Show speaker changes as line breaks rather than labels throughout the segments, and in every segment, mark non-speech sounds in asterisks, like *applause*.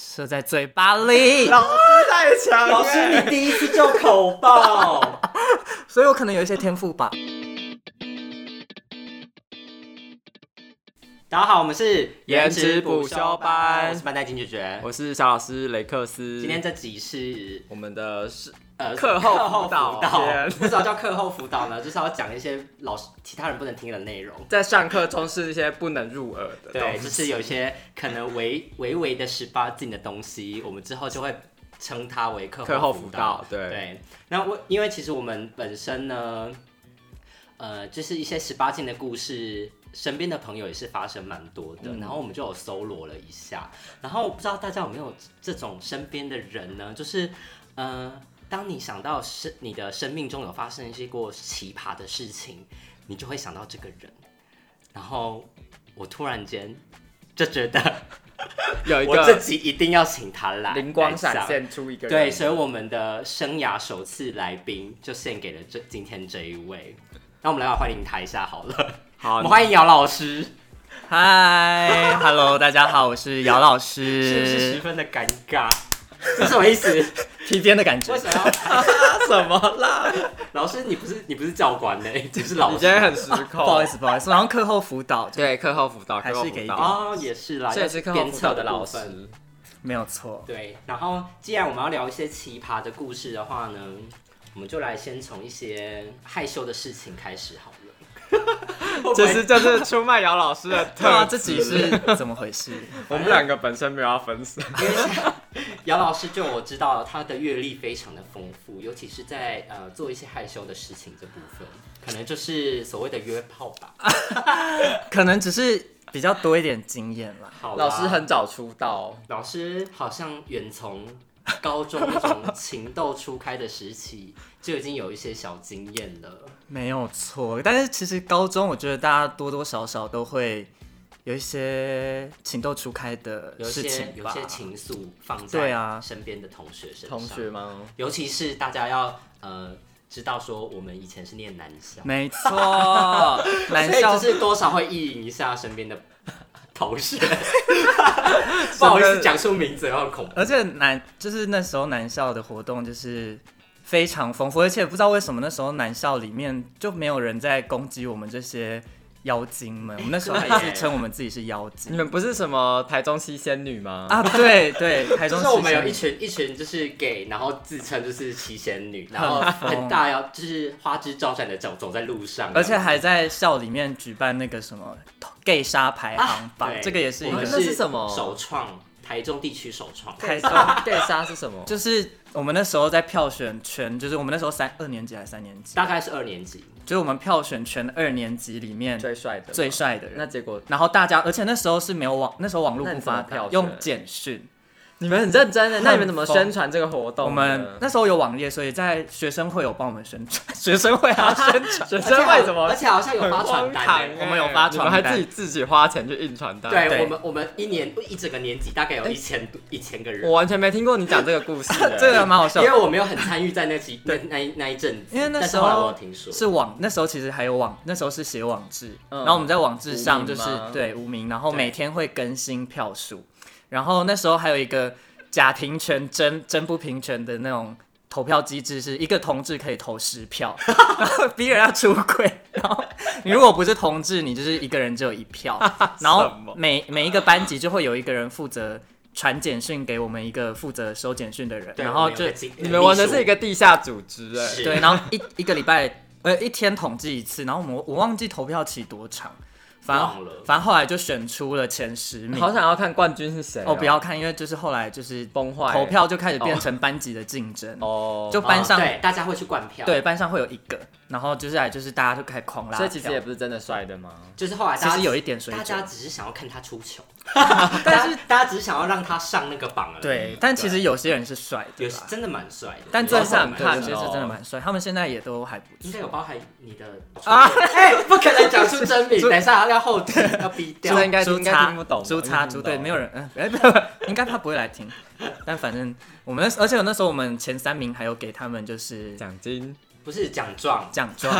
射在嘴巴里，
*laughs* 老师太强了，
老师，你第一次就口爆，
所以我可能有一些天赋吧。
*laughs* 大家好，我们是
颜值补修班
我是班代金姐姐。
*laughs* 我是小老师雷克斯。
今天这集是
我们的是
呃
课后辅导
课后辅导
天
为什么叫课后辅导呢？就是要讲一些老师其他人不能听的内容。
在上课中是一些不能入耳的东
对，
西，
就是有一些可能微微微的十八禁的东西，我们之后就会称它为课
课后
后
辅
辅
导
导。
对
对，那我因为其实我们本身呢，呃，就是一些十八禁的故事，身边的朋友也是发生蛮多的，
嗯
然后我们就有搜罗了一下，然后不知道大家有没有这种身边的人呢？就是，呃，当你想到是你的生命中有发生一些过奇葩的事情，你就会想到这个人，然后我突然间就觉得
有一
我自
个
己一定要请他来，
灵光
来
闪
上
现出一个
对，
人。
所以我们的生涯首次来宾就献给了这今天这一位。那我们来欢迎他一下好了，我
好
们，欢迎姚老师，
嗨，Hello，大家好，我是姚老
是不是十
师。
分的尴尬？这什么意思？
*laughs* 皮鞭的感觉
*laughs* 为，什么要？
什么啦？
老师，你不是你不是教官呢、你是老
你
师。
今天很失
不
控。
好意思，不好意思。然后课后辅导
对，课后辅导，
还
课
是
后
给
辅
一
导，
哦，也是啦，
这也是课后
鞭
辅导
策
的
老
老
师。
师。
没有错，
对，然后既然我们要聊一些奇葩的故事的话呢，我们就来先从一些害羞的事情开始好了。会不会
这是这是出卖姚老师的特质。 *laughs*
对啊，这集是怎么回事？
我们两个本身没有要分手，
因为姚老师，就我知道他的阅历非常的丰富，尤其是在呃做一些害羞的事情这部分，可能就是所谓的约炮吧。
啊可能只是比较多一点经验啦。
好啦
老师很早出道，
老师好像远从高中
*laughs*
那种情窦初开的时期，就已经有一些小经验了。
没有错，但是其实高中我觉得大家多多少少都会有一些情窦初开的
有一
事
些
情
有一
吧。
些情愫放
对
在
啊
身边的同学身上，
同学吗？
尤其是大家要呃知道说我们以前是念男校，
没错，男
所以
校
就是多少会意淫一下身边的同学，
*laughs*
不好意思讲出名字，然后恐怖。
*laughs* 而且男就是那时候男校的活动就是非常丰富，而且不知道为什么那时候男校里面就没有人在攻击我们这些妖精们，我们那时候还
对
自称我们自己是妖
你
精 *laughs*
们不是什么台中七仙女吗？
啊，对对，台
就
中
是我们有
市
一
生
群一群就是给，然后自称就是七仙女，
*laughs*
然后
很疯
很大要就是花枝招展的走走在路上，
而且还在校里面举办那个什么 gay 杀排行榜，
对
这个也是一
我们
个
那是什么
首创台中地区首创，
台
*laughs*
中
中 gay 杀是什么？
就是我们那时候在票选全，就是我们那时候三二年级还是三年级，
大概是二年级，
就是我们票选全二年级里面
最帅的，
最。帅的人
那。结果
然后大家，而且那时候是没有网，那时候网络
那
不
你怎么
发
票
达，
选
用简讯。
你们很认真的，那你们怎么
很疯
宣传这个活动
我
呢？
们那时候有网页，所以在学生会有帮我们宣传， *laughs* 学生会还要宣
*laughs*
传。
学生会怎
而
么？
且好像有发传单欸、
我们有发传单
我们还自己自己花钱去印传单。
对
对。
我们，我们一年一整个年级大概有一千多一千个人
我，完全没听过你讲这个故事欸 *laughs*
这个蛮好笑
因，为我没有很参与在那期那那一那一阵子，
因为那
但是
时候
后来我有听说，
是网那时候其实还有网，那时候是写网志，
嗯
然后我们在网志上就是
无名吗
对无名，然后
对
每天会更新票数，然后那时候还有一个假平权真真不平权的那种。投票机制是一个同志可以投十
*laughs*
票，然后逼人家出轨，然后你如果不是同志，你就是一个人只有一
*laughs*
票，然后
什么
每每一个班级就会有一个人负责传简讯给我们一个负责收简讯的人，
对
然
我
后
们有
就
个经
你们玩的是一个地下组织哎、
是
对，然后一 *laughs* 一个礼拜呃一天统计一次，然后我们我忘记投票期多长，反
忘了
正反正后来就选出了前十名。
好想要看冠军是谁、啊
哦，不要看，因为就是后来就是
崩坏
投票就开始变成班级的竞争，
哦，
就班上、
哦对大家会去灌票，，
对班上会有一个，然后接下来就是大家就开始狂拉
所以其实
票
也不是真的帅的吗？
就是后来
其
大家
实有一点水
大家
准，
只是想要看他出
*laughs*
糗，但是大家只是想要让他上那个榜而已。
对，但其实有些人是帅
有
的啦，
真的蛮帅的，
但
最
最
有时候
后好
上
想
蛮
对
看
有些
哦
是真的蛮帅，他们现在也都还不
应该
错。
有包含
*laughs*
你的啊， *laughs* 哎，不可能讲出真名，等一下要后期要逼
*laughs*
掉
这。应该
猪
应该听不懂
叉，
吧
猪叉
应该听不
猪
懂
对，没有人，嗯，哎，不， *laughs* 应该他不会来听。但反正我们那时，而且我那时候我们前三名还有给他们就是
奖金
不是奖状，
奖状，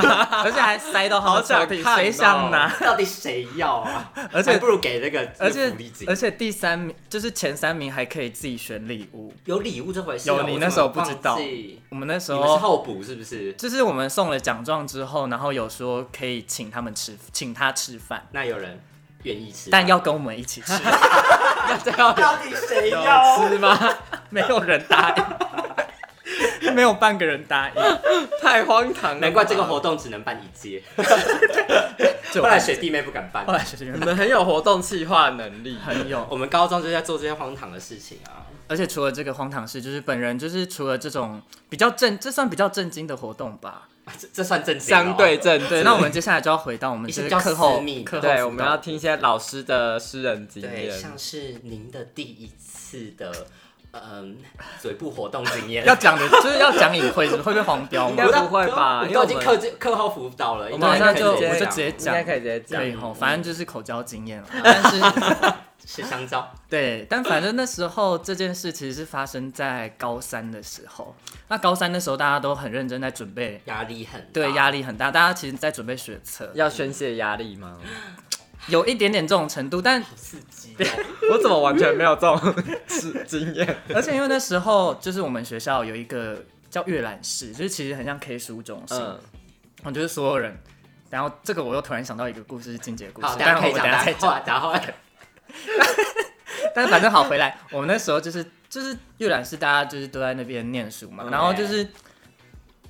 而且还塞到他们抽屉，谁
哦
想拿？
到底谁要啊？
*laughs* 而且
还不如给那个
而
那个
且
福利金
而且第三名就是前三名还可以自己选礼物。
有礼物这回事
有
啊，
你
我
那
怎
时候
么
不知
忘
道
记
我们那时
你们是
候
候补是不是？
就是我们送了奖状之后，然后有说可以请他们吃，请他吃饭，
那有人愿意吃吗，
但要跟我们一起
*laughs*
吃，
这要
到底谁
有
要？
吃吗？
*laughs* 没有人答应， *laughs* 没有半个人答应。
太荒唐了，
难怪这个活动只能办一
*laughs*
届，
就哎
后来学弟妹不敢办
后。来学员
*laughs* 你们很有活动企划能力，
很有，
我们高中就在做这些荒唐的事情啊，
而且除了这个荒唐事，就是本人就是除了这种比较正，这算比较震惊的活动吧。
啊这这算正经哦
相对正
对，
对。
那我们接下来就要回到我们
一
这
些
个
比较
课后
私密的
课后
对
辅
我们
导
要听一些老师的私人经
对，
验，
像是您的第一次的嗯嘴部活动经
*laughs* 。
验
要讲的就是要讲隐晦，是不是会被黄标
应
吗
该？不会吧
我
因为
都
我
已经
们
课课后辅导了，
我
应
们
该
好
马上
像
可以
就
可以
我就
讲
直接讲
应该可以直接讲
对。吼，反正就是口交经验了。但是
吃香蕉。
对，但反正那时候这件事其实是发生在高三的时候。那高三的时候大家都很认真在准备，
压力很大，
对，压力很大，大家其实在准备学测，
要宣泄压力吗？ *laughs*
有一点点这种程度，但
好刺激、哦。
我怎么完全没有这种 *laughs* 是经验？
*laughs*
而且因为那时候就是我们学校有一个叫阅览室，就是其实很像 K 书中心，
嗯，
然后就是所有人。然后这个我又突然想到一个故事，是静姐的故事
好，，
但
大家
我
可
们
以
等
讲，
一下再
大
讲
家。后来，然后
但反正好回来，我们那时候就是就是阅览室，大家就是都在那边念书嘛，
OK
然后就是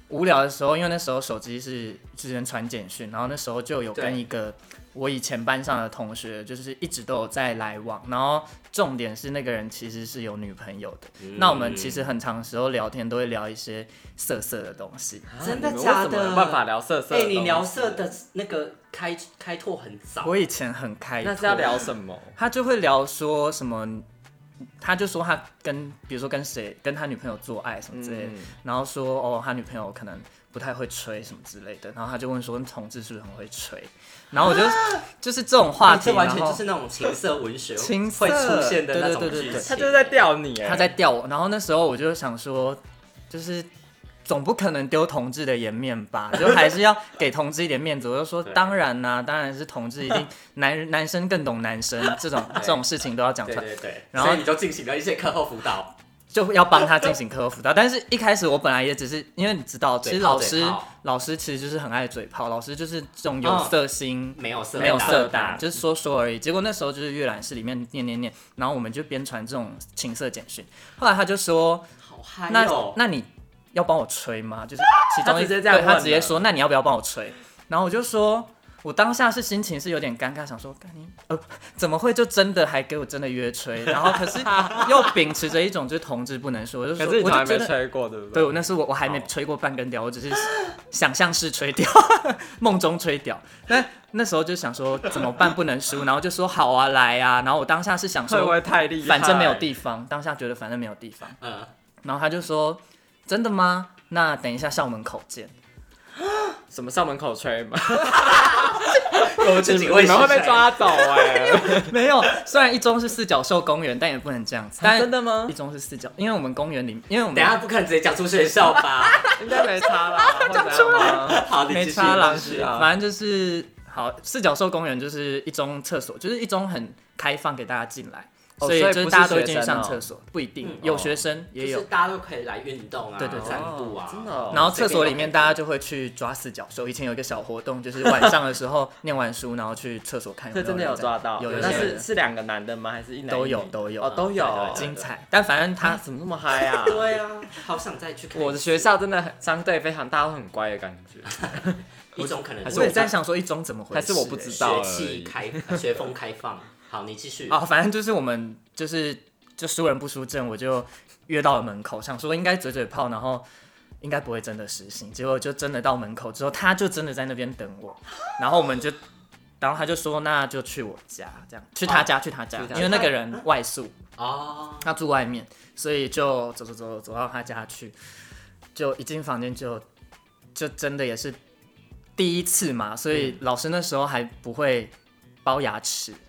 无聊的时候，因为那时候手机是只能传简讯，然后那时候就有跟
对
一个我以前班上的同学，就是一直都有在来往，然后重点是那个人其实是有女朋友的，
嗯
那我们其实很长时候聊天都会聊一些色色的东西，
真的
啊你们为
假
什么
的
有办法聊色色？
哎、你聊色，的那个开开拓很早，
我以前很开
那是
拓
要聊什么？
他就会聊说什么，他就说他跟比如说跟谁跟他女朋友做爱什么之类的，
嗯
然后说哦他女朋友可能不太会吹什么之类的，然后他就问说同志是不是很会吹，然后我就、就是这种话
哇，
题，
啊这完全
然后
就是那种情色文学
情色
会出现的那种
对对对
剧
对对，
情
他就是在吊你，哎
他在吊我，然后那时候我就想说，就是总不可能丢同志的颜面
*laughs*
吧，就还是要给同志一点面子。我就说，
对
当然啦、当然是同志一
*laughs*
定男人男生更懂男生，这种这种事情都要讲
对
出来。
对对，
然后
所以你就进行了一些课后辅导，
就要帮他进行课后辅导。但是一开始我本来也只是因为你知道，其实
嘴炮
老师
嘴炮
老师其实就是很爱嘴炮，老师就是这种有色心。
没有色，
没有色
胆
胆，，
嗯
就是说说而已。结果那时候就是阅览室里面念念念，然后我们就边传这种情色简讯。后来他就说
好嗨：“
那
哦！
那你要帮我吹吗？”
*laughs*
就是其中一
他直接这样
对他
问
直接
了
说：“那你要不要帮我吹？”然后我就说，我当下是心情是有点尴尬，想说，干你呃怎么会就真的还给我真的约吹？然后可是又秉持着一种就是同志不能说，我就
可
说
是你
我
从来
就
没
觉得。
吹过，对不啊
对，
对？
我那是我我还没
好
吹过半根屌，我只是想象式吹屌， *laughs* 梦中吹屌。那那时候就想说怎么办，不能输，然后就说好啊，来啊。然后我当下是想
会不
说，
会太厉害？
反正没有地方，当下觉得反正没有地方。
嗯，
然后他就说：“真的吗？那等一下校门口见。
什么校门口吹吗？
我自
你
己
们
会
会被
是谁，
抓走哎！”
没有，虽然一中是四角兽公园，但也不能这样子。
*laughs*
但
啊真的吗
一？中是四角，因为我们公园里，因为我
等一
们
下不可能直接讲出学校
*laughs*
吧？
应该没差啦， *laughs* 讲出来。
好，你
没
继续
差啦
继续
是啊
反正就是好四角兽公园就是一中厕所，就是一中很开放给大家进来，
哦
所以
所以
就是
不是
大家都会
学
进去
生
上
哦
厕所，不一定
嗯
有
哦
学生也
就是
有。
大家都可以来运动啊，
对对对
散步啊，
哦真的哦
然后厕所里
随便
面
运动
大家就会去抓四角兽。以前有一个小活动，就是晚上的时候念完书，然后去厕所看有没有
这真的
人
有
在
*laughs* 抓到，
有
有
那
些
是
人
是两个男的吗？还是一男一女
都有都有
哦都有
对对对
精彩。但反正
他
他
怎么那么嗨啊？
对啊，好想再去看一次。
我的学校真的很相对非常大，都很乖的感觉。
一种可能
还是
我也
我
在想说一中怎么回事、
还是我不知
学
道而
气
已
开，呃学风开放。好，你继
*laughs*
续。
啊、反正就是我们就是就输人不输阵，我就约到了门口，想说应该嘴嘴炮，然后应该不会真的实行。结果就真的到门口之后，他就真的在那边等我，然后我们就，然后他就说那就去我家，这样去他家、去他家
哦去，他
因为那个人外宿，
哦，
他住外面，所以就走走走走走到他家去，就一进房间就就真的也是第一次嘛，所以老师那时候还不会包牙齿。
啊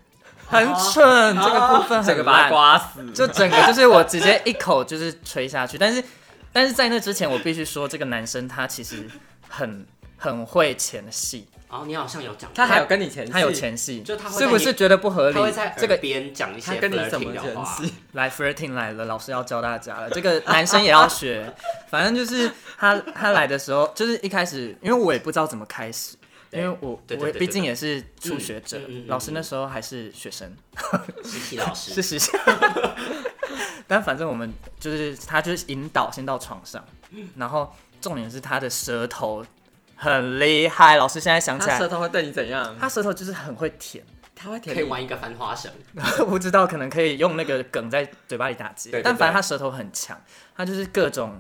很蠢，这个部分
整个
很
把它
烂，
刮死，
就整个就是我直接一口就是吹下去，但是但是在那之前，我必须说这个男生他其实很很会前戏，
然后哦你好像有讲过，
他还有跟你前戏，
他有前戏，
就他会在
是不是觉得不合
他会
理？
在
这
耳
个
边讲一
他
些
跟你怎
flirting
么
的
前
话，
戏？
来 flirting 来了，老师要教大家了，这个男生也要 *laughs* 学。反正就是他他来的时候，就是一开始，因为我也不知道怎么开始，因
对
为我
对对
我
对
也
对
毕竟也是初学者
嗯嗯嗯嗯，
老师那时候还是学生，
实习老师
是实 *laughs* 习。但反正我们就是他就是引导先到床上，然后重点是他的舌头很厉害，老师现在想起
他舌
来，
头会对你怎样？
他舌头就是很会舔。
他会舔
可以
你，
玩一个翻花绳，
不知道，可能可以用那个梗在嘴巴里打结，
对对
但反正他舌头很强，他就是各种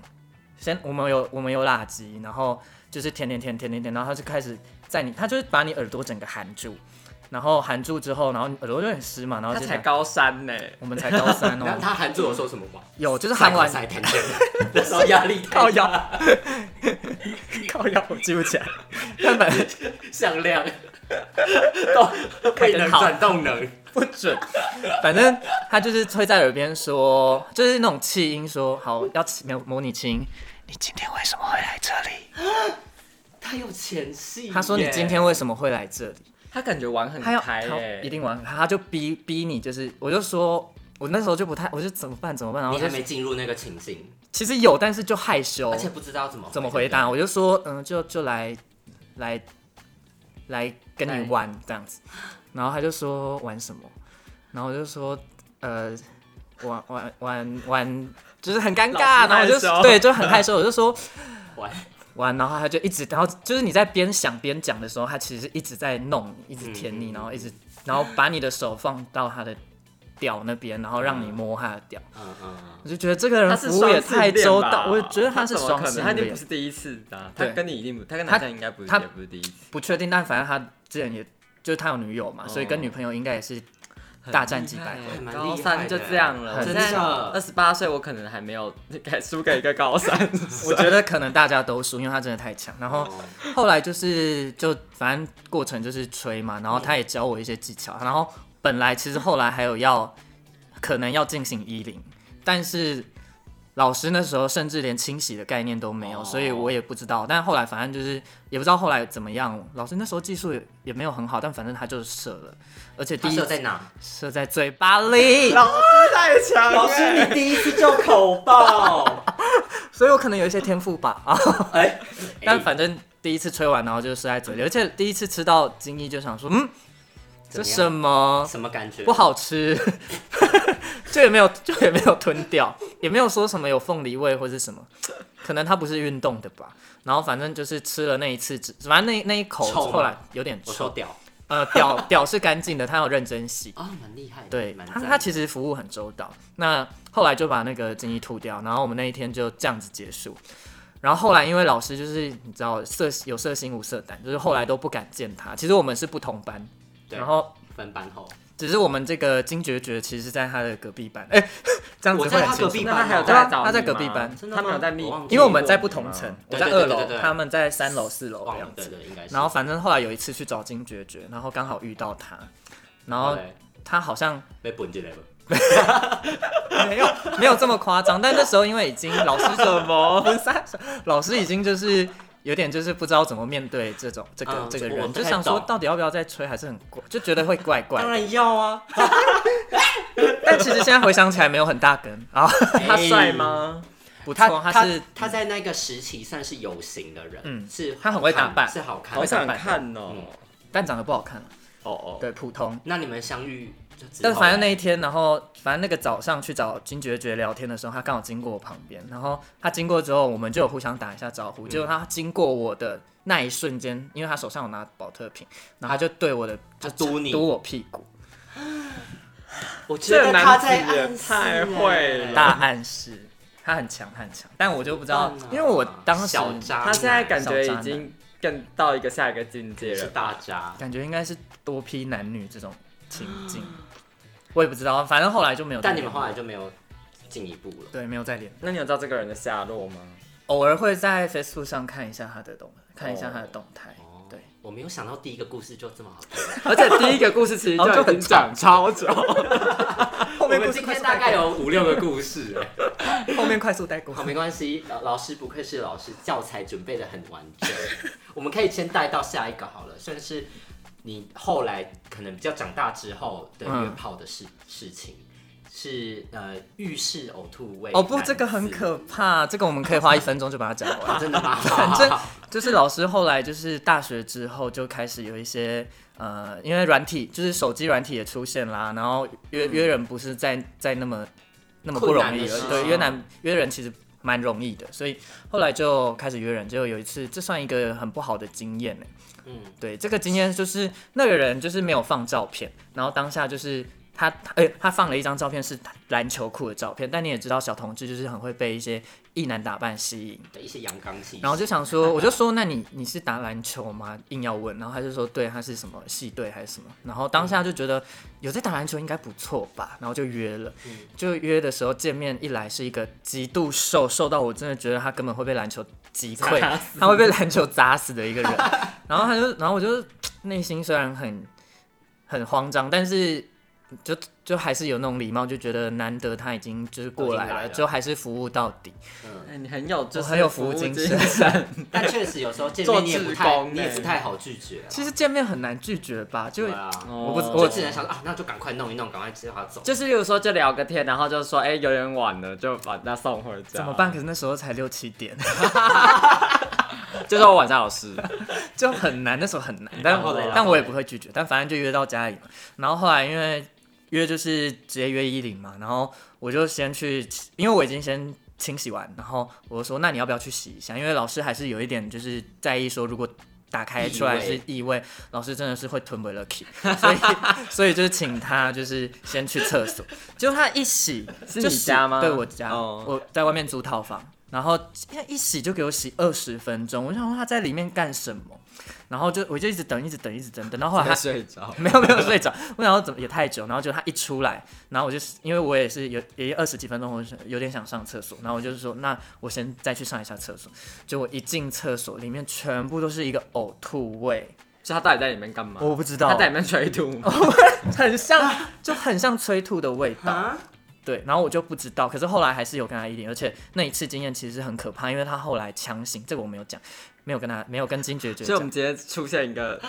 先我们有我们有辣鸡，然后就是舔舔舔舔舔舔，然后他就开始在你，他就是把你耳朵整个含住，然后含住之后，然后你耳朵就很湿嘛，然后
他
就
才
想
高三呢。
我们才高三
然后
*laughs* 哦，
他含住我说什么吗？
有就是含完
塞太久， *laughs* 那时候压力
靠
太大，
腰，靠腰我 *laughs* 记不起来，根本
向量都未能转动能，
不准，反正他就是会在耳边说，就是那种气音说，好要起模模拟气音，你今天为什么会来这里？
他有前戏。
他说：“你今天为什么会来这里
他感觉玩？”很
他要
开欸
他
耶，
一定玩很开，他就逼逼你，就是我就说，我那时候就不太，我就怎么办怎么办，然后
你
就
还没进入那个情境，
其实有，但是就害羞
而，且不知道哦怎么
怎么回答？我就说，嗯，就就来来来跟
来
你玩这样子，然后他就说玩什么，然后我就说，呃，玩玩玩玩，就是很尴
老
尬，
师
然后我就
害羞
对就很害羞，我就说
玩。
玩，然后他就一直，然后就是你在边想边讲的时候，他其实一直在弄你，一直舔
嗯
你，
嗯
然后一直，然后把你的手放到他的屌那边，然后让你摸他的屌。
嗯嗯嗯，
我就觉得这个人
他是
服务也太周到，我觉得
他
他是双性
他一定
恋
不，是第一次的啊，他
对
跟你一定不，他跟
他
男生应该不是
他
也不是第一次，
不确定，但反正他之前也就是他有女友嘛，所以跟女朋友应该也是大战几百
很
回。
蛮厉害
厉害
的
高三就这样了，我
很
现在
真的
二十八岁，我可能还没有 *laughs* 输给一个高三生。
我觉得可能大家都输，因为他真的太强。然后
哦
后来就是就反正过程就是吹嘛，然后他也教我一些技巧，然后本来其实后来还有要可能要进行衣领，但是老师那时候甚至连清洗的概念都没有，
哦
所以我也不知道。但后来反正就是也不知道后来怎么样，老师那时候技术也也没有很好，但反正他就是射了，而且
他
第一
射在哪？
射在嘴巴里，
太强
老师，你第一次就口 *laughs* 爆，
所以我可能有一些天赋 *laughs* 吧啊。
*laughs* 哎，
但反正第一次吹完，然后就射在嘴里，而且第一次吃到精益就想说，嗯，这
怎么
什
样
么？
什么感觉？
不，好吃， *laughs* 就也没有就也没有吞掉，也没有说什么有凤梨味或是什么，可能它不是运动的吧。然后反正就是吃了那一次之，反正那那一口
臭吗
后来有点
我说
臭，
屌
呃，屌屌是干净的，他有认真洗。
啊，蛮厉害的。
对
蛮
他，
赞
他其实服务很周到。那后来就把那个精液吐掉，然后我们那一天就这样子结束。然后后来因为老师就是你知道色有色心无色胆，就是后来都不敢见他。其实我们是不同班，
对
然后
分班后，
只是我们这个金爵爵其实是在他的隔壁班，哎、 *laughs* 这样子会
我在
很
他
清
隔
楚。
壁
那他
班
还有
哦，
再来找
他在
你
隔壁
吗
班
真的
他没
吗
有在密
我忘，记
因为我们在不同层
吗，
我
对
在
对嗯对
二楼
对对，对
他们在三楼、四楼
忘
这
了
样
哦对
子。
对，应该是。
然后反正后来有一次去找金爵爵，然后刚好遇到他，然后
对
他好像
被本进来了，
没有 *laughs* 没有这么夸张，但那时候因为已经老师
什么？
就老师已经就是有点就是不知道怎么面对这种这个、
嗯
这个
我
人，
不太
就想说
懂
到底要不要再吹，还是很怪，就觉得会怪怪
当
的。
然要啊，
但其实现在回想起来没有很大根啊， *laughs*
他帅吗？
不
哎他
错，
他
是
他在那个时期算是有型的人，
嗯
是
他很会打扮
是好看
好
会
的。
想
打扮
看哦
嗯。
但长得不好看，
哦哦，
对，普通。
那你们相遇就之后
但反正那一天，然后反正那个早上去找金爵爵聊天的时候，他刚好经过我旁边，然后他经过之后，我们就有互相打一下招
嗯
呼。结果他经过我的那一瞬间，因为他手上有拿保特瓶，然后他就对我的
他嘟你
嘟我屁股，
我觉
这
得他
男子
在
也
暗示
太会
哎
大暗示他很强，他很强。但我就不知道，因为我当时
小渣男，
他现在感觉已经更到一个下一个境界
是
了。
大渣，
感觉应该是多批男女这种情境，我也不知道。反正后来就没有再
但你
联
们
络，
后来就没有进一步了。
对没有再联络。
那你有知道这个人的下落吗？
偶尔会在 Facebook 上看一下他的动，看一下他的动态。对，
哦我没有想到第一个故事就这么好听。
哦而且第一个故事其实
然后哦就
就已
很
经讲超
*laughs*
久，*laughs*
后
我
面
们
故事
今
快速
天大
带
概有五六个故事，
过， *laughs* 后面快速带过
好，。没关系。老老师不愧是老师，教材准备的很完整。 *laughs* 我们可以先带到下一个好了，算是你后来可能比较长大之后的约炮的事、事情，是呃浴室呕吐味。
哦不，这个很可怕，这个我们可以花一分钟就把它讲 *laughs* 完。
哦怕，真的吗？ *laughs*
反正就是老师后来就是大学之后就开始有一些呃，因为软体就是手机软体也出现啦，然后约、约人不是在在那么那么不容易
困难的时
了，
候
对，约男约人其实蛮容易的，所以后来就开始约人，就有一次这算一个很不好的经验呢、
嗯，
对，这个经验就是那个人就是没有放照片，然后当下就是他，哎、他放了一张照片是篮球裤的照片，但你也知道小同志就是很会被一些异男打扮吸引，
的一些阳刚气。
然后就想说，我就说，那你你是打篮球吗？硬要问，然后他就说，对，他是什么系队还是什么？然后当下就觉得有在打篮球应该不错吧，然后就约了。
嗯
就约的时候见面，一来是一个极度瘦，瘦到我真的觉得他根本会被篮球击溃，他会被篮球砸死的一个人。然后他就，然后我就内心虽然很很慌张，但是就就还是有那种礼貌，就觉得难得他已经就是
都
过
已经
来
来
了，
了
就还是服务到底。
嗯，
哎你很有就是
我很有
服
服务
务精
精
神
神，
但确实有时候见面你也不
做志
太，
工
你也
欸
不太好拒绝啊。
其实见面很难拒绝吧，就
对啊，
我不
哦
我
就只能想说啊，那就赶快弄一弄，赶快叫他走。
就是有时候就聊个天，然后就说哎、有点晚了，就把他送回家。
怎么办？可？是那时候才六七点，
就是我晚上
*laughs*
有事，
就很难，那时候很难。但
然后嘞然后嘞
但我也不会拒绝，但反正就约到家里嘛。然后后来因为约就是直接约一零嘛，然后我就先去，因为我已经先清洗完，然后我就说那你要不要去洗一下？因为老师还是有一点就是在意说，如果打开出来是异
*laughs*
味，老师真的是会吞不 lucky，所以所以就是请他就是先去厕所。结果他一洗
是
就
你
洗
家吗
对我家，
哦
我在外面租套房，然后一洗就给我洗二十分钟，我想说他在里面干什么，然后就我就一直等，一直等，一直等，
*laughs*
等到后来他
在睡着。
*laughs* 没有没有睡着，我想说怎么也太久，然后就他一出来，然后我就因为我也是有也二十几分钟，我是有点想上厕所，然后我就是说那我先再去上一下厕所，结果一进厕所里面全部都是一个呕吐味，
就他到底在里面干嘛？
哦我不知道哦
他，在里面吹吐
*laughs*
吗？
很像
*laughs*
就很像催吐的味道，
啊，
对，然后我就不知道，可是后来还是有跟他一点，而且那一次经验其实很可怕，因为他后来强行，这个我没有讲，没有跟他没有跟金爵爵
所以我
讲。
们今天出现一个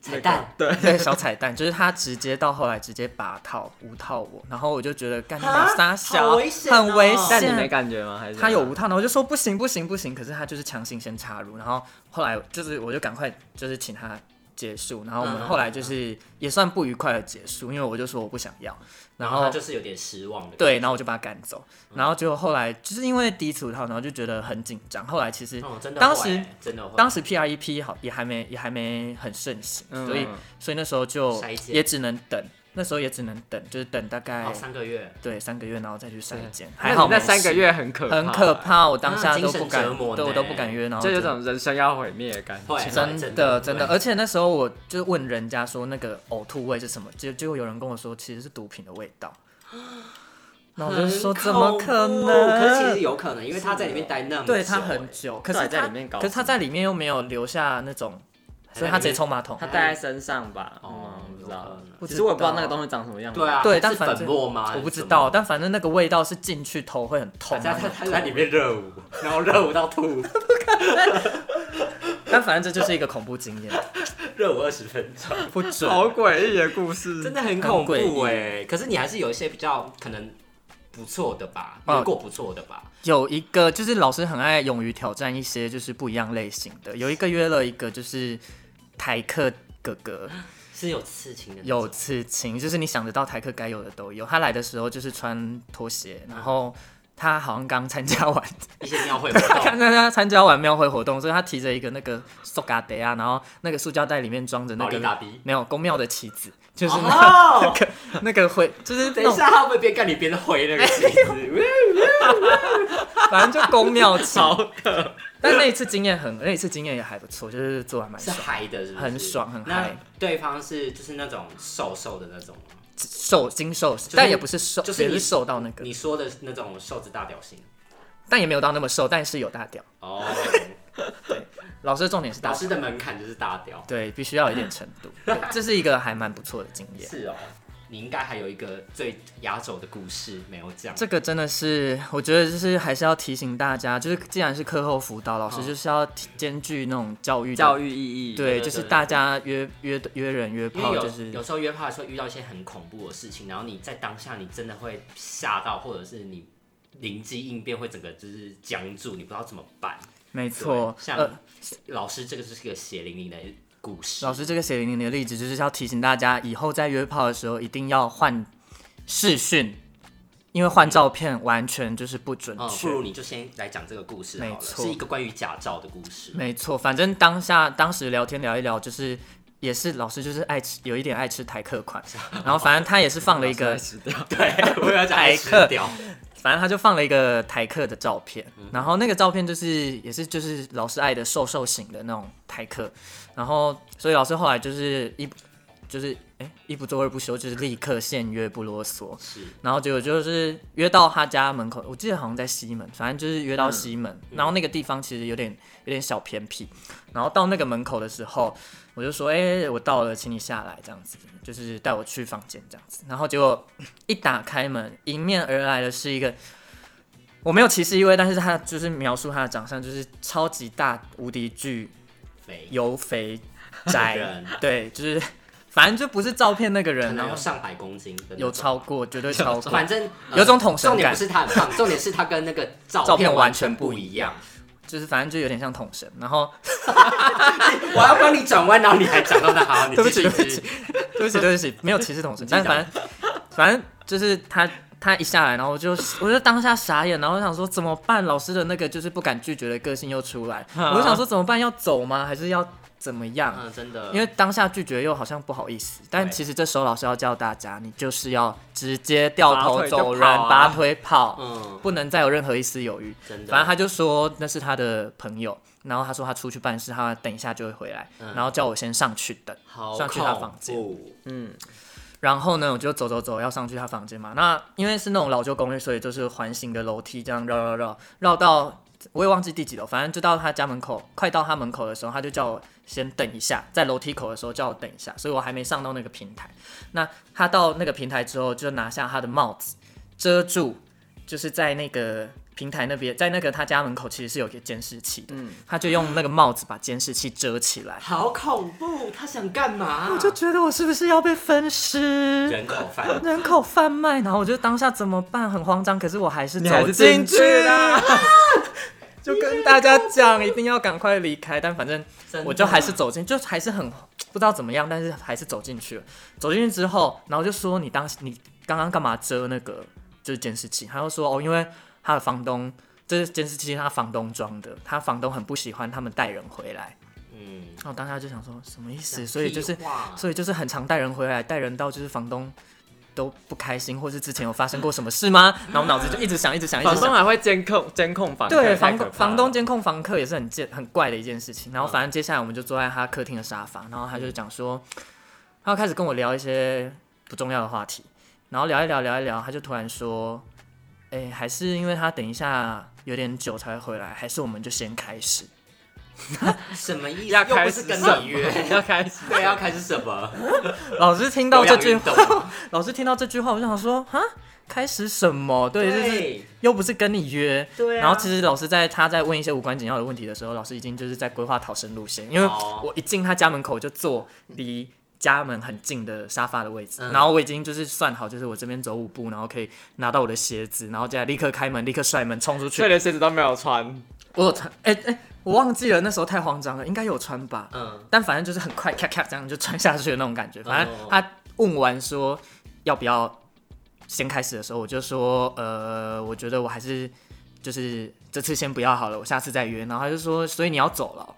彩蛋，
对，
对，小彩蛋就是他直接到后来直接拔套无套我，然后我就觉得干你
啊
把撒小，
好危险哦
很危险。
但你没感觉吗？还是
他有无套，然后我就说不行不行不行，可是他就是强行先插入，然后后来就是我就赶快就是请他结束，然后我们
嗯
后来就是也算不愉快的结束，因为我就说我不想要，然
然后
后
他就是嗯有点失望的。，
对，然后我就把他赶走，然后结果后来就是因为第一次五套，然后就觉得很紧张，后来其实
哦，真的会，
当时
真的会，
当时 P R E P 好也还没也还没很盛行，
嗯
所以所以那时候就
筛检
也只能等，那时候也只能等，就是等大概、
哦三个月，
对三个月，然后再去筛检，
那
还
你
好
那
没
三个
事
月很可怕
很可，怕，我当
啊
下
精
都
神
不敢
折，磨
对我都
呢
不敢约，然后
就有种人生要毁灭的感
会
觉。
真
真
的
的
真的，而且那时候我就问人家说那个呕吐味是什么，结结果有人跟我说其实是毒品的味道，那我就说
很
怎么
恐
可
怖
能？啊
可是其实有可能，因为他在里面待那么久，
对他很久，可
到
是
底在
他
里面搞
可是他
什么
在里面又没有留下那种，
还
所
在
以他
里
直接
面
冲马桶
他。带在身上吧？
哦有
嗯，我不知道
可能。
不
其
知
实我也不知道
道
那个东西长什么样子。
对啊，
对
是
但反正
粉末吗？
我不知道，但反正那个味道是进去头会很痛
还是
啊
什么，。反正他他在里面热舞，然后热舞到吐，
*laughs* 但反正这就是一个恐怖经
*laughs*
验，
热舞二十分钟，
不准。
好诡异的故事，
真的很恐怖哎。
欸
可是你还是有一些比较可能不错的吧，
哦
如果不错的吧，
有一个就是老师很爱勇于挑战一些就是不一样类型的，有一个约了一个就是台客哥哥，
是有刺青的那种，
有刺青，就是你想得到台客该有的都有。他来的时候就是穿拖鞋，然后他好像刚参加完， *laughs*
一些庙会活动
看到他参加完庙会活动，所以他提着一个那个塑嘎袋啊，然后那个塑胶袋里面装着那
保利
个
达 B
没有公庙的旗子，就是那个、
哦，
*laughs* 那个会，就是那
等一
种
下他会不会边干你边挥
*laughs*
那个旗子，
反正就公庙旗。
好可
但那一次经验很，那一次经验也还不错，就是做还蛮
是啊
爽。
嗨的，是不是？
很爽很嗨。
那对方是就是那种瘦瘦的那种吗，
瘦精瘦，
是
但也不是瘦，
就是
也
你
是瘦到那个，
你说的那种瘦子大屌型。
但也没有到那么瘦，但是有大屌。
哦，
老师的重点是大
老师的门槛就是大雕。
对，必须要有一点程度，对这是一个还蛮不错的经验。
*laughs* 是哦，你应该还有一个最压轴的故事没有讲。
这个真的是，我觉得就是还是要提醒大家，就是既然是课后辅导，
哦
老师就是要兼具那种教育的
教育意义。
对，
对
就是
对
大家约约约人约
因为
炮，
有、
就是
哦有时候约炮的时候遇到一些很恐怖的事情，然后你在当下你真的会吓到，或者是你灵机应变会整个就是僵住，你不知道怎么办。
没
对
错。呃，
像老师这个就是一个血淋淋的故事。
老师这个血淋淋的例子，就是要提醒大家，以后在约炮的时候一定要换视讯，因为换照片完全就是不准
嗯，
确。
不如你就先来讲这个故事好
没
了，
错
是一个关于假照的故事。
没错，反正当下当时聊天聊一聊，就是也是老师就是爱吃，有一点爱吃台客
*laughs*
款，然后反正他也是放了一个，
死掉，
对， *laughs* 我要讲
台
*laughs* 吃
客
掉。
*laughs* 反正他就放了一个台客的照片，
嗯
然后那个照片就是也是就是老师爱的瘦瘦型的那种台客，然后所以老师后来就是一就是哎、一不做二不休，就是立刻现约不啰嗦，
是，
然后结果就是约到他家门口，我记得好像在西门，反正就是约到西
嗯
门，然后那个地方其实有点有点小偏僻，然后到那个门口的时候，我就说，哎、我到了，请你下来，这样子，就是带我去房间这样子，然后结果一打开门，迎面而来的是一个。我没有歧视意味，但是他就是描述他的长相，就是超级大无敌巨
肥，
油肥宅
*laughs* 人，
对，就是反正就不是照片那个
可
人，
能
然
有
后
上百公斤的那种，
有超过，绝对超
*laughs*
过，
反正、呃
有种统神
重点
感
不是他很胖，重点是他跟那个照
照片
片
完
完
全
全
不
不
一
一样。
就是反正就有点像统神，然后
我要帮你转弯，然后你还讲到
*laughs*
那，好，你
对不起
继续继续
*laughs* 对不起，对不起，没有歧视同事，但反正反正就是他他一下来，然后我就我就当下傻眼，然后我想说怎么办？老师的那个就是不敢拒绝的个性又出 *laughs* 来，我就想说怎么办？要走吗？还是要怎么样？
嗯，真的，
因为当下拒绝又好像不好意思，但
对
其实这时候老师要教大家，你就是要直接掉头
拔腿就
走人，
跑啊
拔腿跑，
嗯，
不能再有任何一丝犹豫。
真的，
反正他就说那是他的朋友，然后他说他出去办事，他等一下就会回来，
嗯
然后叫我先上去等。
好
上去他房间
恐怖
嗯，
然后呢，我就走走走，要上去他房间嘛。那因为是那种老旧公寓，所以就是环形的楼梯这样绕绕绕绕到我也忘记第几楼，反正就到他家门口，快到他门口的时候，他就叫我先等一下，在楼梯口的时候叫我等一下，所以我还没上到那个平台。那他到那个平台之后，就拿下他的帽子遮住，就是在那个平台那边，在那个他家门口其实是有一个监视器的，他就用那个帽子把监视器遮起来。
好恐怖，他想干嘛？
我就觉得我是不是要被分尸？
人口
*laughs*
贩，
人口贩卖，然后我就当下怎么办？很慌张，可是我还是
你还
走
是
进
进
去
去啦
了。 *laughs* 就跟大家讲，一定要赶快离开。但反正
真的
我就还是走进，就还是很不知道怎么样，但是还是走进去了。走进去之后，然后就说你当时你刚刚干嘛遮那个就是监视器？他就说哦，因为他的房东这是监视器，是他房东装的，他房东很不喜欢他们带人回来。
嗯，
然后当下就想说什么意
讲
思？所以就是
屁哦话
所以就是很常带人回来，带人到就是房东都不开心，或是之前有发生过什么事
*laughs*
吗？然后我脑子就一直想，一直想，一
房
直
东
想。
还会监控监控房客，
对，
太
房东
可怕了
房东监控房客也是很贱很怪的一件事情。然后反正接下来我们就坐在他客厅的沙发，然后他就讲说，他开始跟我聊一些不重要的话题，然后聊一聊聊一聊，他就突然说，哎、还是因为他等一下有点久才会回来，还是我们就先开始。
什么意思？
要
又
开
不
始
是跟
什
你
么
约，
要开始
*laughs*
*laughs*
对，要开始什么？
老师听 *laughs* 到这
有
句
氧运
话， *laughs*
动
老师听到这句话，我就想说，哈，开始什么？对，就是
对
又不是跟你约，
对啊
然后其实老师在他在问一些无关紧要的问题的时候，老师已经就是在规划逃生路线，因为
哦
我一进他家门口就坐离家门很近的沙发的位置，
嗯
然后我已经就是算好，就是我这边走五步，然后可以拿到我的鞋子，然后接下来立刻开门，立刻甩门冲出
所以
去。
连鞋子都没有穿，
我有穿，哎、哎、我忘记了，那时候太慌张了，应该有穿吧？
嗯，
但反正就是很快咔咔这样就穿下去的那种感觉。反正
哦
他问完说要不要先开始的时候，我就说呃，我觉得我还是就是这次先不要好了，我下次再约。然后他就说，所以你要走了哦。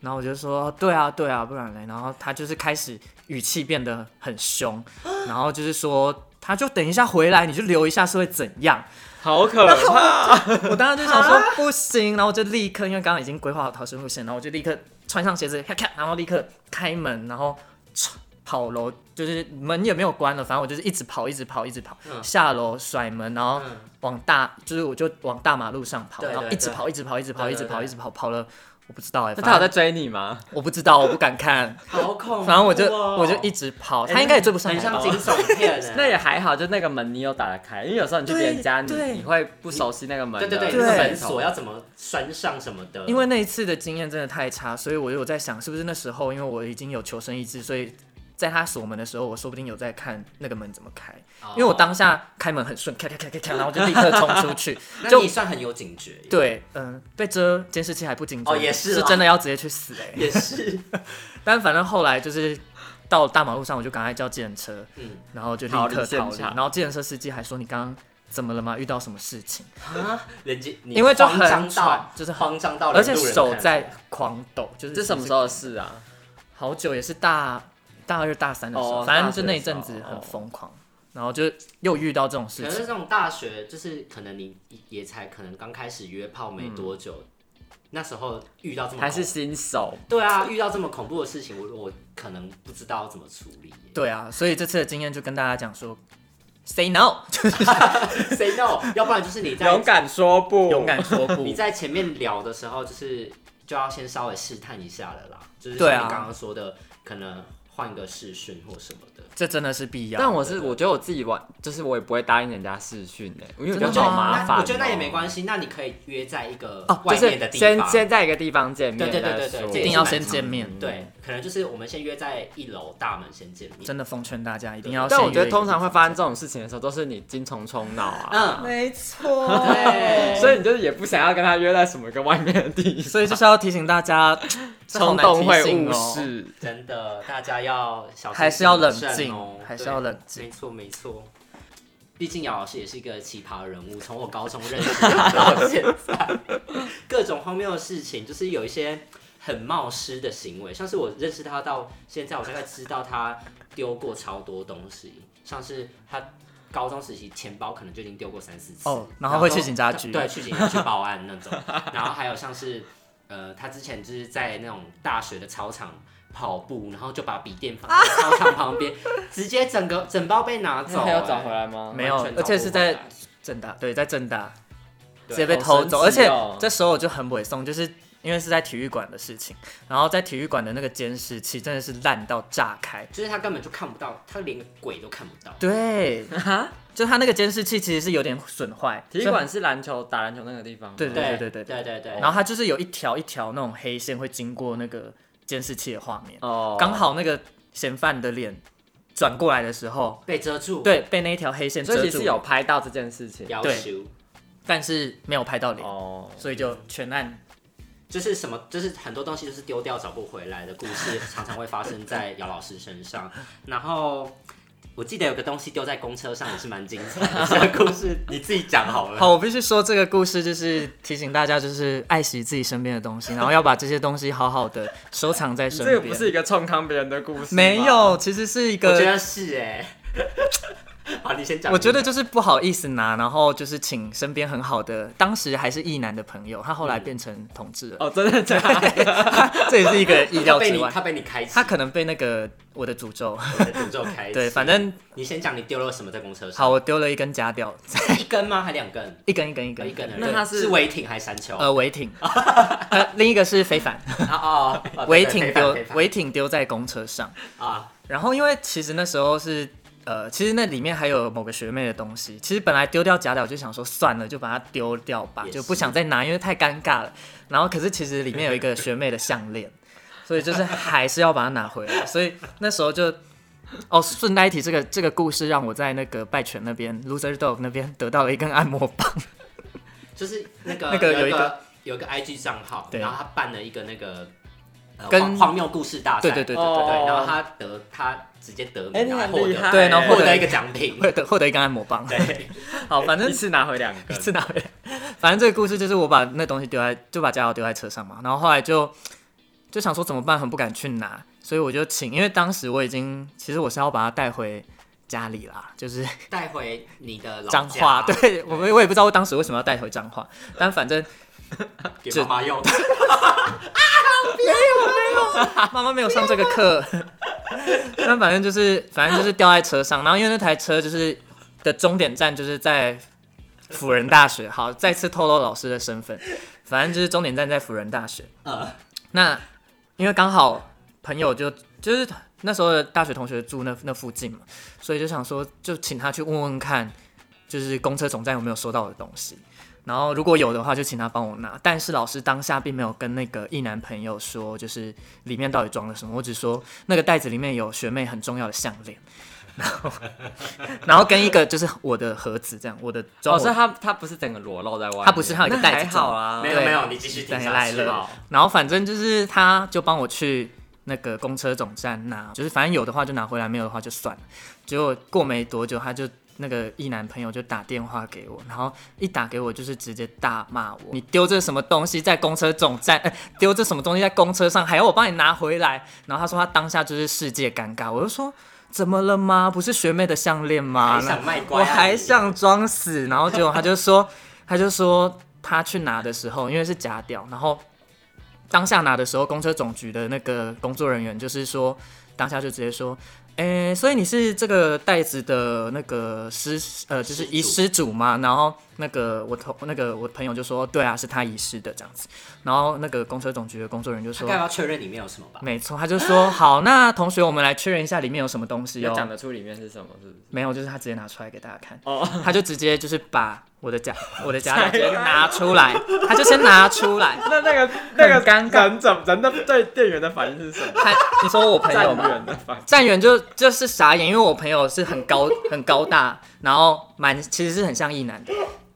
然后我就说，对啊，对啊，不然嘞。然后他就是开始语气变得很凶，然后就是说，他就等一下回来，你就留一下是会怎样？
好可怕！
我当时就想说不行，然后我就立刻，因为刚刚已经规划好逃生路线，然后我就立刻穿上鞋子，咔咔，然后立刻开门，然后唰跑楼，就是门也没有关了，反正我就是一直跑，一直跑，一直跑，
嗯
下楼甩门，然后
嗯
往大，就是我就往大马路上跑，
对
然后
对
一直
对
跑，一直跑，一直跑，
对
一直
对
跑，
对
一直跑，跑了我不知道哎、
那
反
他有
正
在追你
*laughs*
吗？
我不知道，我不敢看，
好恐 *laughs* 怖、哦！
反正我就我就一直跑，
哎
他应该也追不上
很
来
像
吧。
惊悚
*laughs*
片
那也
哎、
还好，就那个门你有打得开，因为有时候你去别人家，你
对对
你会不熟悉那个门
对
的
对对，
对
那个
门
门啊
锁
锁要怎么拴上什么的，
因为那一次的经验真的太差，所以我有在想，是不是那时候因为我已经有求生意志，所以在他锁门的时候，我说不定有在看那个门怎么开，
哦
因为我当下开门很顺，咔咔咔咔咔，然后就立刻冲出
*laughs*
去
那，
就
你算很有警觉，，
对，嗯、被遮监视器还不紧张，
哦也是
是
啦
真的要直接去死哎、
也是，
但反正后来就是到大马路上，我就赶快叫计程车，
嗯
然后就立
逃离
刻
现
逃离。
场
然后计程车司机还说：“你刚刚怎么了吗？遇到什么事情
啊，人家你
因为就
慌张
很
到
喘就是
慌张？”到，
而且手在狂抖，就是
这什么时
候？
候的事啊？
好久也是大大二大三的时候，
哦
反正就那一
大学
阵
的时候
子很疯狂，然后就又遇到这种事
可是
情
这。种大学，就是可能你也才可能刚开始约炮没多久，那时候遇到这么
还是
恐
新手？
对啊，遇到这么恐怖的事情，我我可能不知道怎么处理。
对啊，所以这次的经验就跟大家讲说，say no，
，say no，要不然就是你
勇
在
敢说不，
勇敢说不
你。在前面聊的时候，就是就要先稍微试探一下了啦，就是像
对啊
你刚刚说的，可能换个视讯或什么的。
这真的是必要。
*laughs* 但我是我觉得我自己玩，就是我也不会答应人家试训的，因为我觉
真
得
的吗
好麻烦哦。
我觉得那也没关系，那你可以约在一个
哦，就
外面的
是
地
先
方。
先在一个地方见面
对对对
再
对对
说
一
这也
定
是
要
蛮
先
常
见面，
对，可能就是我们先约在一楼大门先见面。
真的奉劝大家一定要先
但
约
我
一个地方见面。
觉得通常会发生这种事情的时候，都是你精虫充脑啊，
嗯，
没错嗯
对
所以你就是也不想要跟他约在什么一个外面的地方，
*laughs* 所以就是要提醒大家，这好
*laughs* 冲
难
动会
提醒
误
哦。
事。
真的，大家要小心
还是要冷
谨慎
静
哦，
还是
对
要冷静
没错，没错。毕竟姚老师也是一个奇葩人物，从我高中认识他到现在，各种荒谬的事情，就是有一些很冒失的行为。像是我认识他到现在，我大概知道他丢过超多东西，像是他高中时期钱包可能就已经丢过三四次
哦然后会去警察局
对，去警察局报案那种。然后还有像是呃，他之前就是在那种大学的操场跑步，然后就把笔电放在操场旁边，直接整个整包被拿走、
那
欸，
*laughs* 还有找回来吗？
没有
完全
而且
找不
是在
回来
正大对，在正大
对
直接被
好
偷
神
走，
奇
而且
哦
这时候我就很委送，就是因为是在体育馆的事情，然后在体育馆的那个监视器真的是烂到炸开，
就是他根本就看不到，他连个鬼都看不到。
*laughs*
对，就他那个监视器其实是有点损坏，
*laughs* 体育馆是篮球打篮球那个地方吗，
对对对
对
对
对对
所以，然后它就是有一条一条那种黑线会经过那个监视器的画面，
哦，
刚好那个嫌犯的脸转过来的时候，
被遮住，，
对，被那一条黑线
哦所以
遮
其
住
实
了，
有拍到这件事情
要
对
求
但是没有拍到脸，
哦。
所以就全案
就是什么，就是很多东西就是丢掉找不回来的故事，常常会发生在姚老师身上。然后我记得有个东西丢在公车上也是蛮精彩 *laughs* 的，这个故事你自己讲好了。
好，我必须说这个故事就是提醒大家，就是爱惜自己身边的东西，然后要把这些东西好好的收藏在身
这个不
边。
是一个冲康别人的故事吗，
没有，其实是一
我觉
个，
得
*laughs*
是哎、好，你先讲。
我觉得就是不好意思拿，然后就是请身边很好的，当时还是异男的朋友，他后来变成同志了，
哦，真的假 *laughs* 的？
这也是一个意
他
料
被
之
你
外。
嗯他被你开启
他，可能被那个我的诅咒，
我的诅咒开启。
对，反正
你先讲你丢了什么在公车上？
好，我丢了一根夹
*laughs*
掉，
是一根吗？还两根？
一根一根一根
一根而已。
那
对
他是
是违停还是山丘？
呃违停，
*laughs*
呃另一个是非凡，
啊啊！
呃违停丢
违
违停丢在公车上。
啊！
然后因为其实那时候是呃，其实那里面还有某个学妹的东西，其实本来丢掉假屌就想说算了，就把它丢掉吧，
也
就是不想再拿，因为太尴尬了。然后可是其实里面有一个学妹的项链，所以就是还是要把它拿回来。所以那时候就。哦，顺带一提，这个这个故事让我在那个拜犬那边，Loser Dog 那边得到了一根按摩棒。
就是那个
那个
有
有一
个有一个 IG 账号，
对
然后他办了一个那个呃
跟
荒荒谬故事大赛，
对对对对
对
哦
然后他得他直接得
哎
名，
你
然后
很
获
厉害
得
对然后
获
获得
得一个奖品，
*laughs* 获得获得一根按摩棒。
对，
好，反正
一次拿回两个 *laughs*
*laughs* 一，次拿回来。反正这个故事就是我把那东西丢在，就把家伙丢在车上嘛，然后后来就就想说怎么办，很不敢去拿，所以我就请，因为当时我已经其实我是要把它带回家里啦，就是 *laughs*
带回你的老
脏
哦家
话，，对我我也不知道我当时为什么要带回脏话，但反正
给妈妈
*laughs*
用，
妈妈没有上这个课， *laughs* 但反正就是反正就是掉在车上，然后因为那台车就是的终点站就是在辅仁大学。好，再次透露老师的身份，反正就是终点站在辅仁大学。
呃，
那因为刚好朋友就就是那时候的大学同学住那那附近嘛，所以就想说就请他去问问看，就是公车总站有没有收到我的东西。然后如果有的话，就请他帮我拿。但是老师当下并没有跟那个一男朋友说，就是里面到底装了什么。我只说那个袋子里面有学妹很重要的项链，然后 *laughs* 然后跟一个就是我的盒子这样，我的装
哦，
我
所以他他不是整个裸露在外面，
他不是他有一个
那
袋子
还好啊
没。有
对
没有，你继续听
等
下
来
去
了
吧。，
然后反正就是他就帮我去那个公车总站拿，就是反正有的话就拿回来，没有的话就算了。结果过没多久，他就那个一男朋友就打电话给我，然后一打给我就是直接大骂我：“你丢这什么东西在公车总站？ *laughs* 呃丢、这什么东西在公车上？还要我帮你拿回来？”然后他说他当下就是世界尴尬，我就说。怎么了吗？不是学妹的项链吗？
还想卖乖啊
我还
你
想装死，然后结果他就说，他就说他去拿的时候，因为是假屌，然后当下拿的时候，公车总局的那个工作人员就是说，当下就直接说，诶、所以你是这个袋子的那个失呃，就是
失主
遗失主嘛？然后那个我同那个我朋友就说，对啊，是他遗失的这样子。然后那个公车总局的工作人员就
他
说
该，不要确认里面有什么吧？
没错，他就说，好，那同学，我们来确认一下里面有什么东西
要讲
哦。
得出里面是什么，是不是？
没有，就是他直接拿出来给大家看。
哦，
*laughs* 他就直接就是把我的假我的假直接拿出来，他就先拿出来。
那那个那个
很尴尬
人怎人的对店员的反应是什 *laughs* 么？
他你说我朋友
站
吗？
员的反应。
站远就就是傻眼，因为我朋友是很高 *laughs* 很高大，然后蛮其实是很像一男的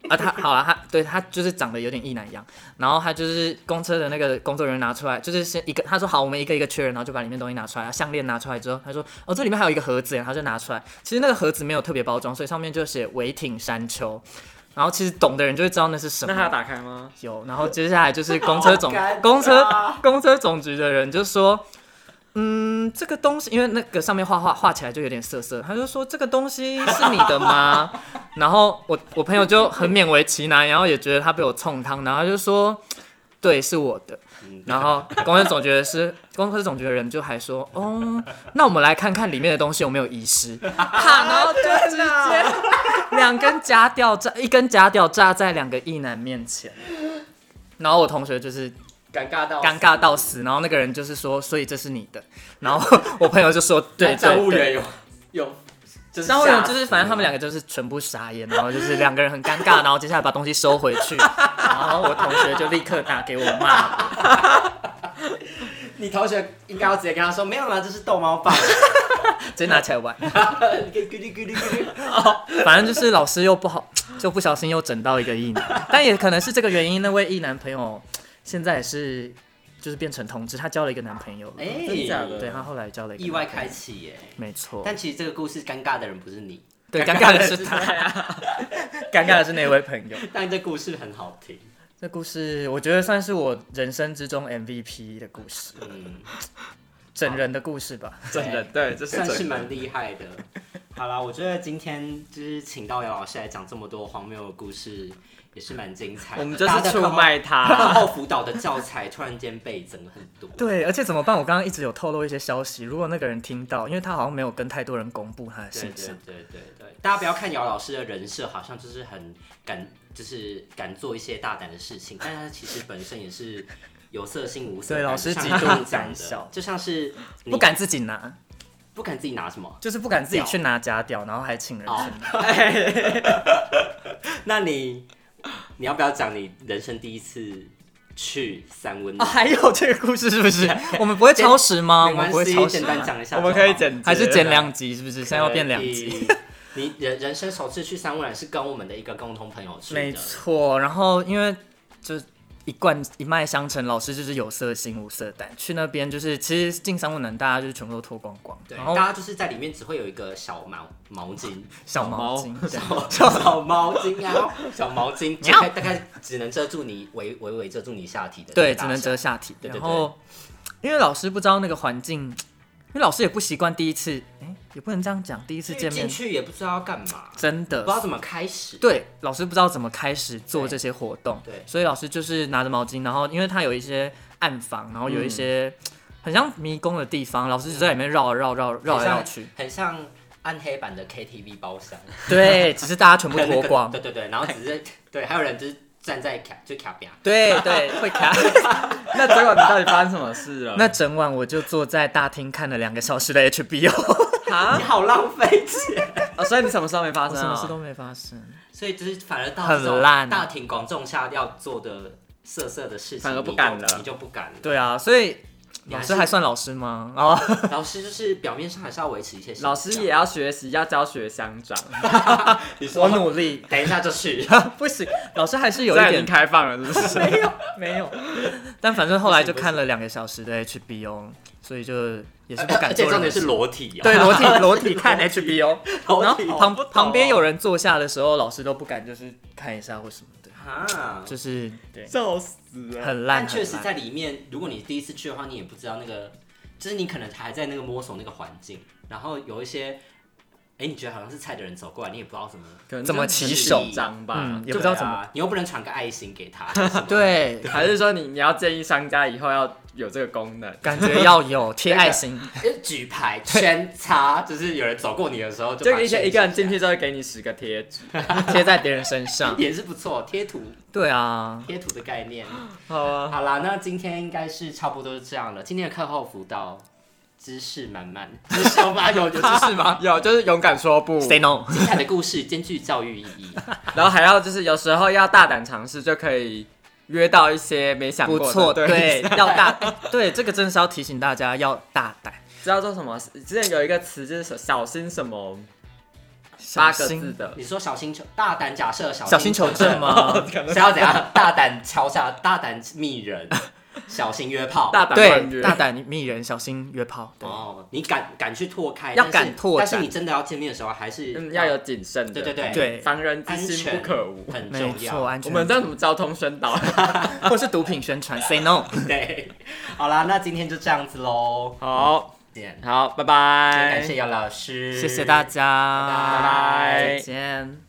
啊。他好了，他对他就是长得有点一男一样，然后他就是公车的那个工作人员拿出来，就是先一个他说好，我们一个一个确认，然后就把里面东西拿出来，项链拿出来之后，他说哦这里面还有一个盒子耶，他就拿出来。其实那个盒子没有特别包装，所以上面就写“唯挺山丘”，然后其实懂的人就会知道那是什么。
那他有打开吗？
有，然后接下来就是公车总
*laughs* 好尴尬
公车公车总局的人就说，嗯，这个东西因为那个上面画画画起来就有点涩涩，他就说这个东西是你的吗？ *laughs* 然后我我朋友就很勉为其难，然后也觉得他被我冲汤，然后他就说，对，是我的。
嗯
然后公车总局的是公车总局的人就还说，哦，那我们来看看里面的东西有没有遗
*laughs*
失。哈，然后就直
啊
接两根夹吊炸，一根夹吊炸在两个异男面前。然后我同学就是
尴尬到
尴尬到死，然后那个人就是说，所以这是你的。然后我朋友就说，对
*laughs* 那站
对
务员
对。
有有，就是
然后
吓
呢，
死
就是反正他们两个就是全部傻眼，然后就是两个人很尴尬，然后接下来把东西收回
*laughs*
去，然后我同学就立刻打给我骂我，
你同学应该要直接跟他说，没有啦，这是逗猫棒，
直接拿起来玩。
*laughs* 你可以咕噜咕噜咕噜。
反正就是老师又不好，就不小心又整到一个异男，但也可能是这个原因，那位异男朋友现在也是就是变成同志，她交了一个男朋友了。
哎
真假的
对她后来交了一个
意外
男朋友
开启耶！
没错，
但其实这个故事尴尬的人不是你，
对，尴尬的是他， *laughs* 尴尬的是那位朋友。
但这故事很好听。
*laughs* 这故事我觉得算是我人生之中 MVP 的故事，
嗯，
整人的故事吧。
真的对，这是
算是
真的
蛮厉害的。好啦，我觉得今天就是请到姚老师来讲这么多荒谬的故事，也是蛮精彩的。
我们就
大家
是
的
出
课后
卖
*laughs*
课
他。
后辅导的教材突然间倍增很多。
对，而且怎么办？我刚刚一直有透露一些消息，如果那个人听到，因为他好像没有跟太多人公布他的
对
信
对
息。
对对对，大家不要看姚老师的人设，好像就是很敢，就是敢做一些大胆的事情，但他其实本身也是有色性无色
对
胆。
老师
就像
极
他
度
刚刚
胆
讲的
小
就像是你
不敢自己拿，
不敢自己拿
*laughs*
什么。
就是不敢自己去拿假屌，然后还请人去
哦
拿。，
*laughs*
*laughs*
那你你要不要讲你人生第一次去三温
啊，
暖？
还有这个故事是不 *laughs* 是？我们不会超时吗？我
没
们
关
不会
系
超，时
简
吗
单？讲一下
我
就好，
们可以剪，
还是剪两集是不是？现在要变两集。
集。 *laughs* 你人人生首次去三温暖是跟我们的一个共同朋友去的，
没错，然后因为就一贯一脉相承，老师就是有色心无色胆，去那边就是其实进商务男大家就是全部都脱光光，
对，
然后
大家就是在里面只会有一个小毛
*laughs*
毛巾，
小毛巾，对
*laughs* 小小毛巾啊，小毛
*laughs*
巾，
喵
大概大概只能遮住你，微微微遮住你下体的，
对，只能遮。下体。
对对
然后因为老师不知道那个环境，因为老师也不习惯第一次，哎，也不能这样讲，第一次
因为
见
进
面
去也不知道要干嘛，
真的
不知道怎么开始。
对，老师不知道怎么开始做这些活动，
对对
所以老师就是拿着毛巾，然后因为他有一些暗房，然后有一
嗯
些很像迷宫的地方，老师就在里面绕啊绕绕绕来绕去，
很像，很像暗黑版的 KTV
*laughs*
包厢，
对，只是大家全部
跟那
脱
个 *laughs*
光，
对对对，然后
*laughs*
只是对，还有人就是站在卡就卡边，啊
对对，会
*laughs*
卡。
嗯
那结果你到底发生什么事了？
那整晚我就坐在大厅看了两个小时的 HBO，
啊
你，好浪费 *laughs* 钱。
哦所以你什么时候没发
我
生
什么事
啊？
都没发生。
所以就是反而到
很
这种
烂啊
大庭广众下要做的色色的事情，
反而不
你就
敢了
你就不敢了。
对啊，所以
你
老
还
师
是
还算老师吗？哦，
老师就是表面上还是要维持一些形象。
老师也要学习，要教学相长。
你说
我努力，
等一下就去，
不行，老师还是有
现在
一
已经
点
开放了，是不是？没有，
*laughs* 没有。但反正后来就看了两个小时的 HBO，所以就 *laughs* 也是不
而
敢
且
做任
重
何
点是
事。
裸体
*laughs*
啊，
对，裸体裸体看 HBO，
*laughs* 裸
然
体
后旁
不懂哦
旁边有人坐下的时候，老师都不敢就是看一下或什么的，
啊。
就是
*laughs* 笑死啊了。
很烂。
但确实
很烂
在里面，如果你第一次去的话，你也不知道那个，就是你可能还在那个摸索那个环境，然后有一些，哎，你觉得好像是菜的人走过来，你也不知道怎么，
可能
怎么
就是
起
手
紧张吧
嗯？也不知道
对啊你又不能传个爱心
*laughs*
给他，还是什么，
对，
还是说你你要建议商家以后要有这个功能？
感觉要有贴爱
*laughs*
心，
就是举牌圈叉，就是有人走过你的时候就
就
把
一
圈
个一个人
圈
进
起
去之后给你十个贴纸，
贴在别人身
来
上。
也是不错，贴图
对啊，
贴图的概念。
好啊，
好啦，那今天应该是差不多是这样了。今天的课后辅导知识满满，知识我把有有知识吗？
有就是勇敢说不，
Say no，
精彩的故事兼具教育意义。
然后还要就是有时候要大胆尝试，就可以约到一些没想
不
过的
错，
对
对，要大， *laughs* 哎对，这个真的是要提醒大家要大胆，
*laughs* 知道做什么？之前有一个词就是小心什么
小
八个
心
字的，
你说小心求大胆假设，小
*laughs* 小心求证？
*laughs*
吗？
是要怎样？大胆敲诈，大胆密人，小心约炮。
大胆乱
对，
约，
大胆密人，小心约炮。对，
哦，你敢敢去拓开，
要
但是
敢拓展
但是你真的要见面的时候，还是
嗯，要有谨慎的，
对对对
对
防人之
安
心
全
不可无。
很
没
重
错，
要。
安
我
全。
们这样怎么交通宣导？
或是毒品宣传，say no。
对，好啦，那今天就这样子喽，
好
见。
好，拜
感
拜，
*laughs* 谢姚老师，
谢谢大家，
拜
拜
再见。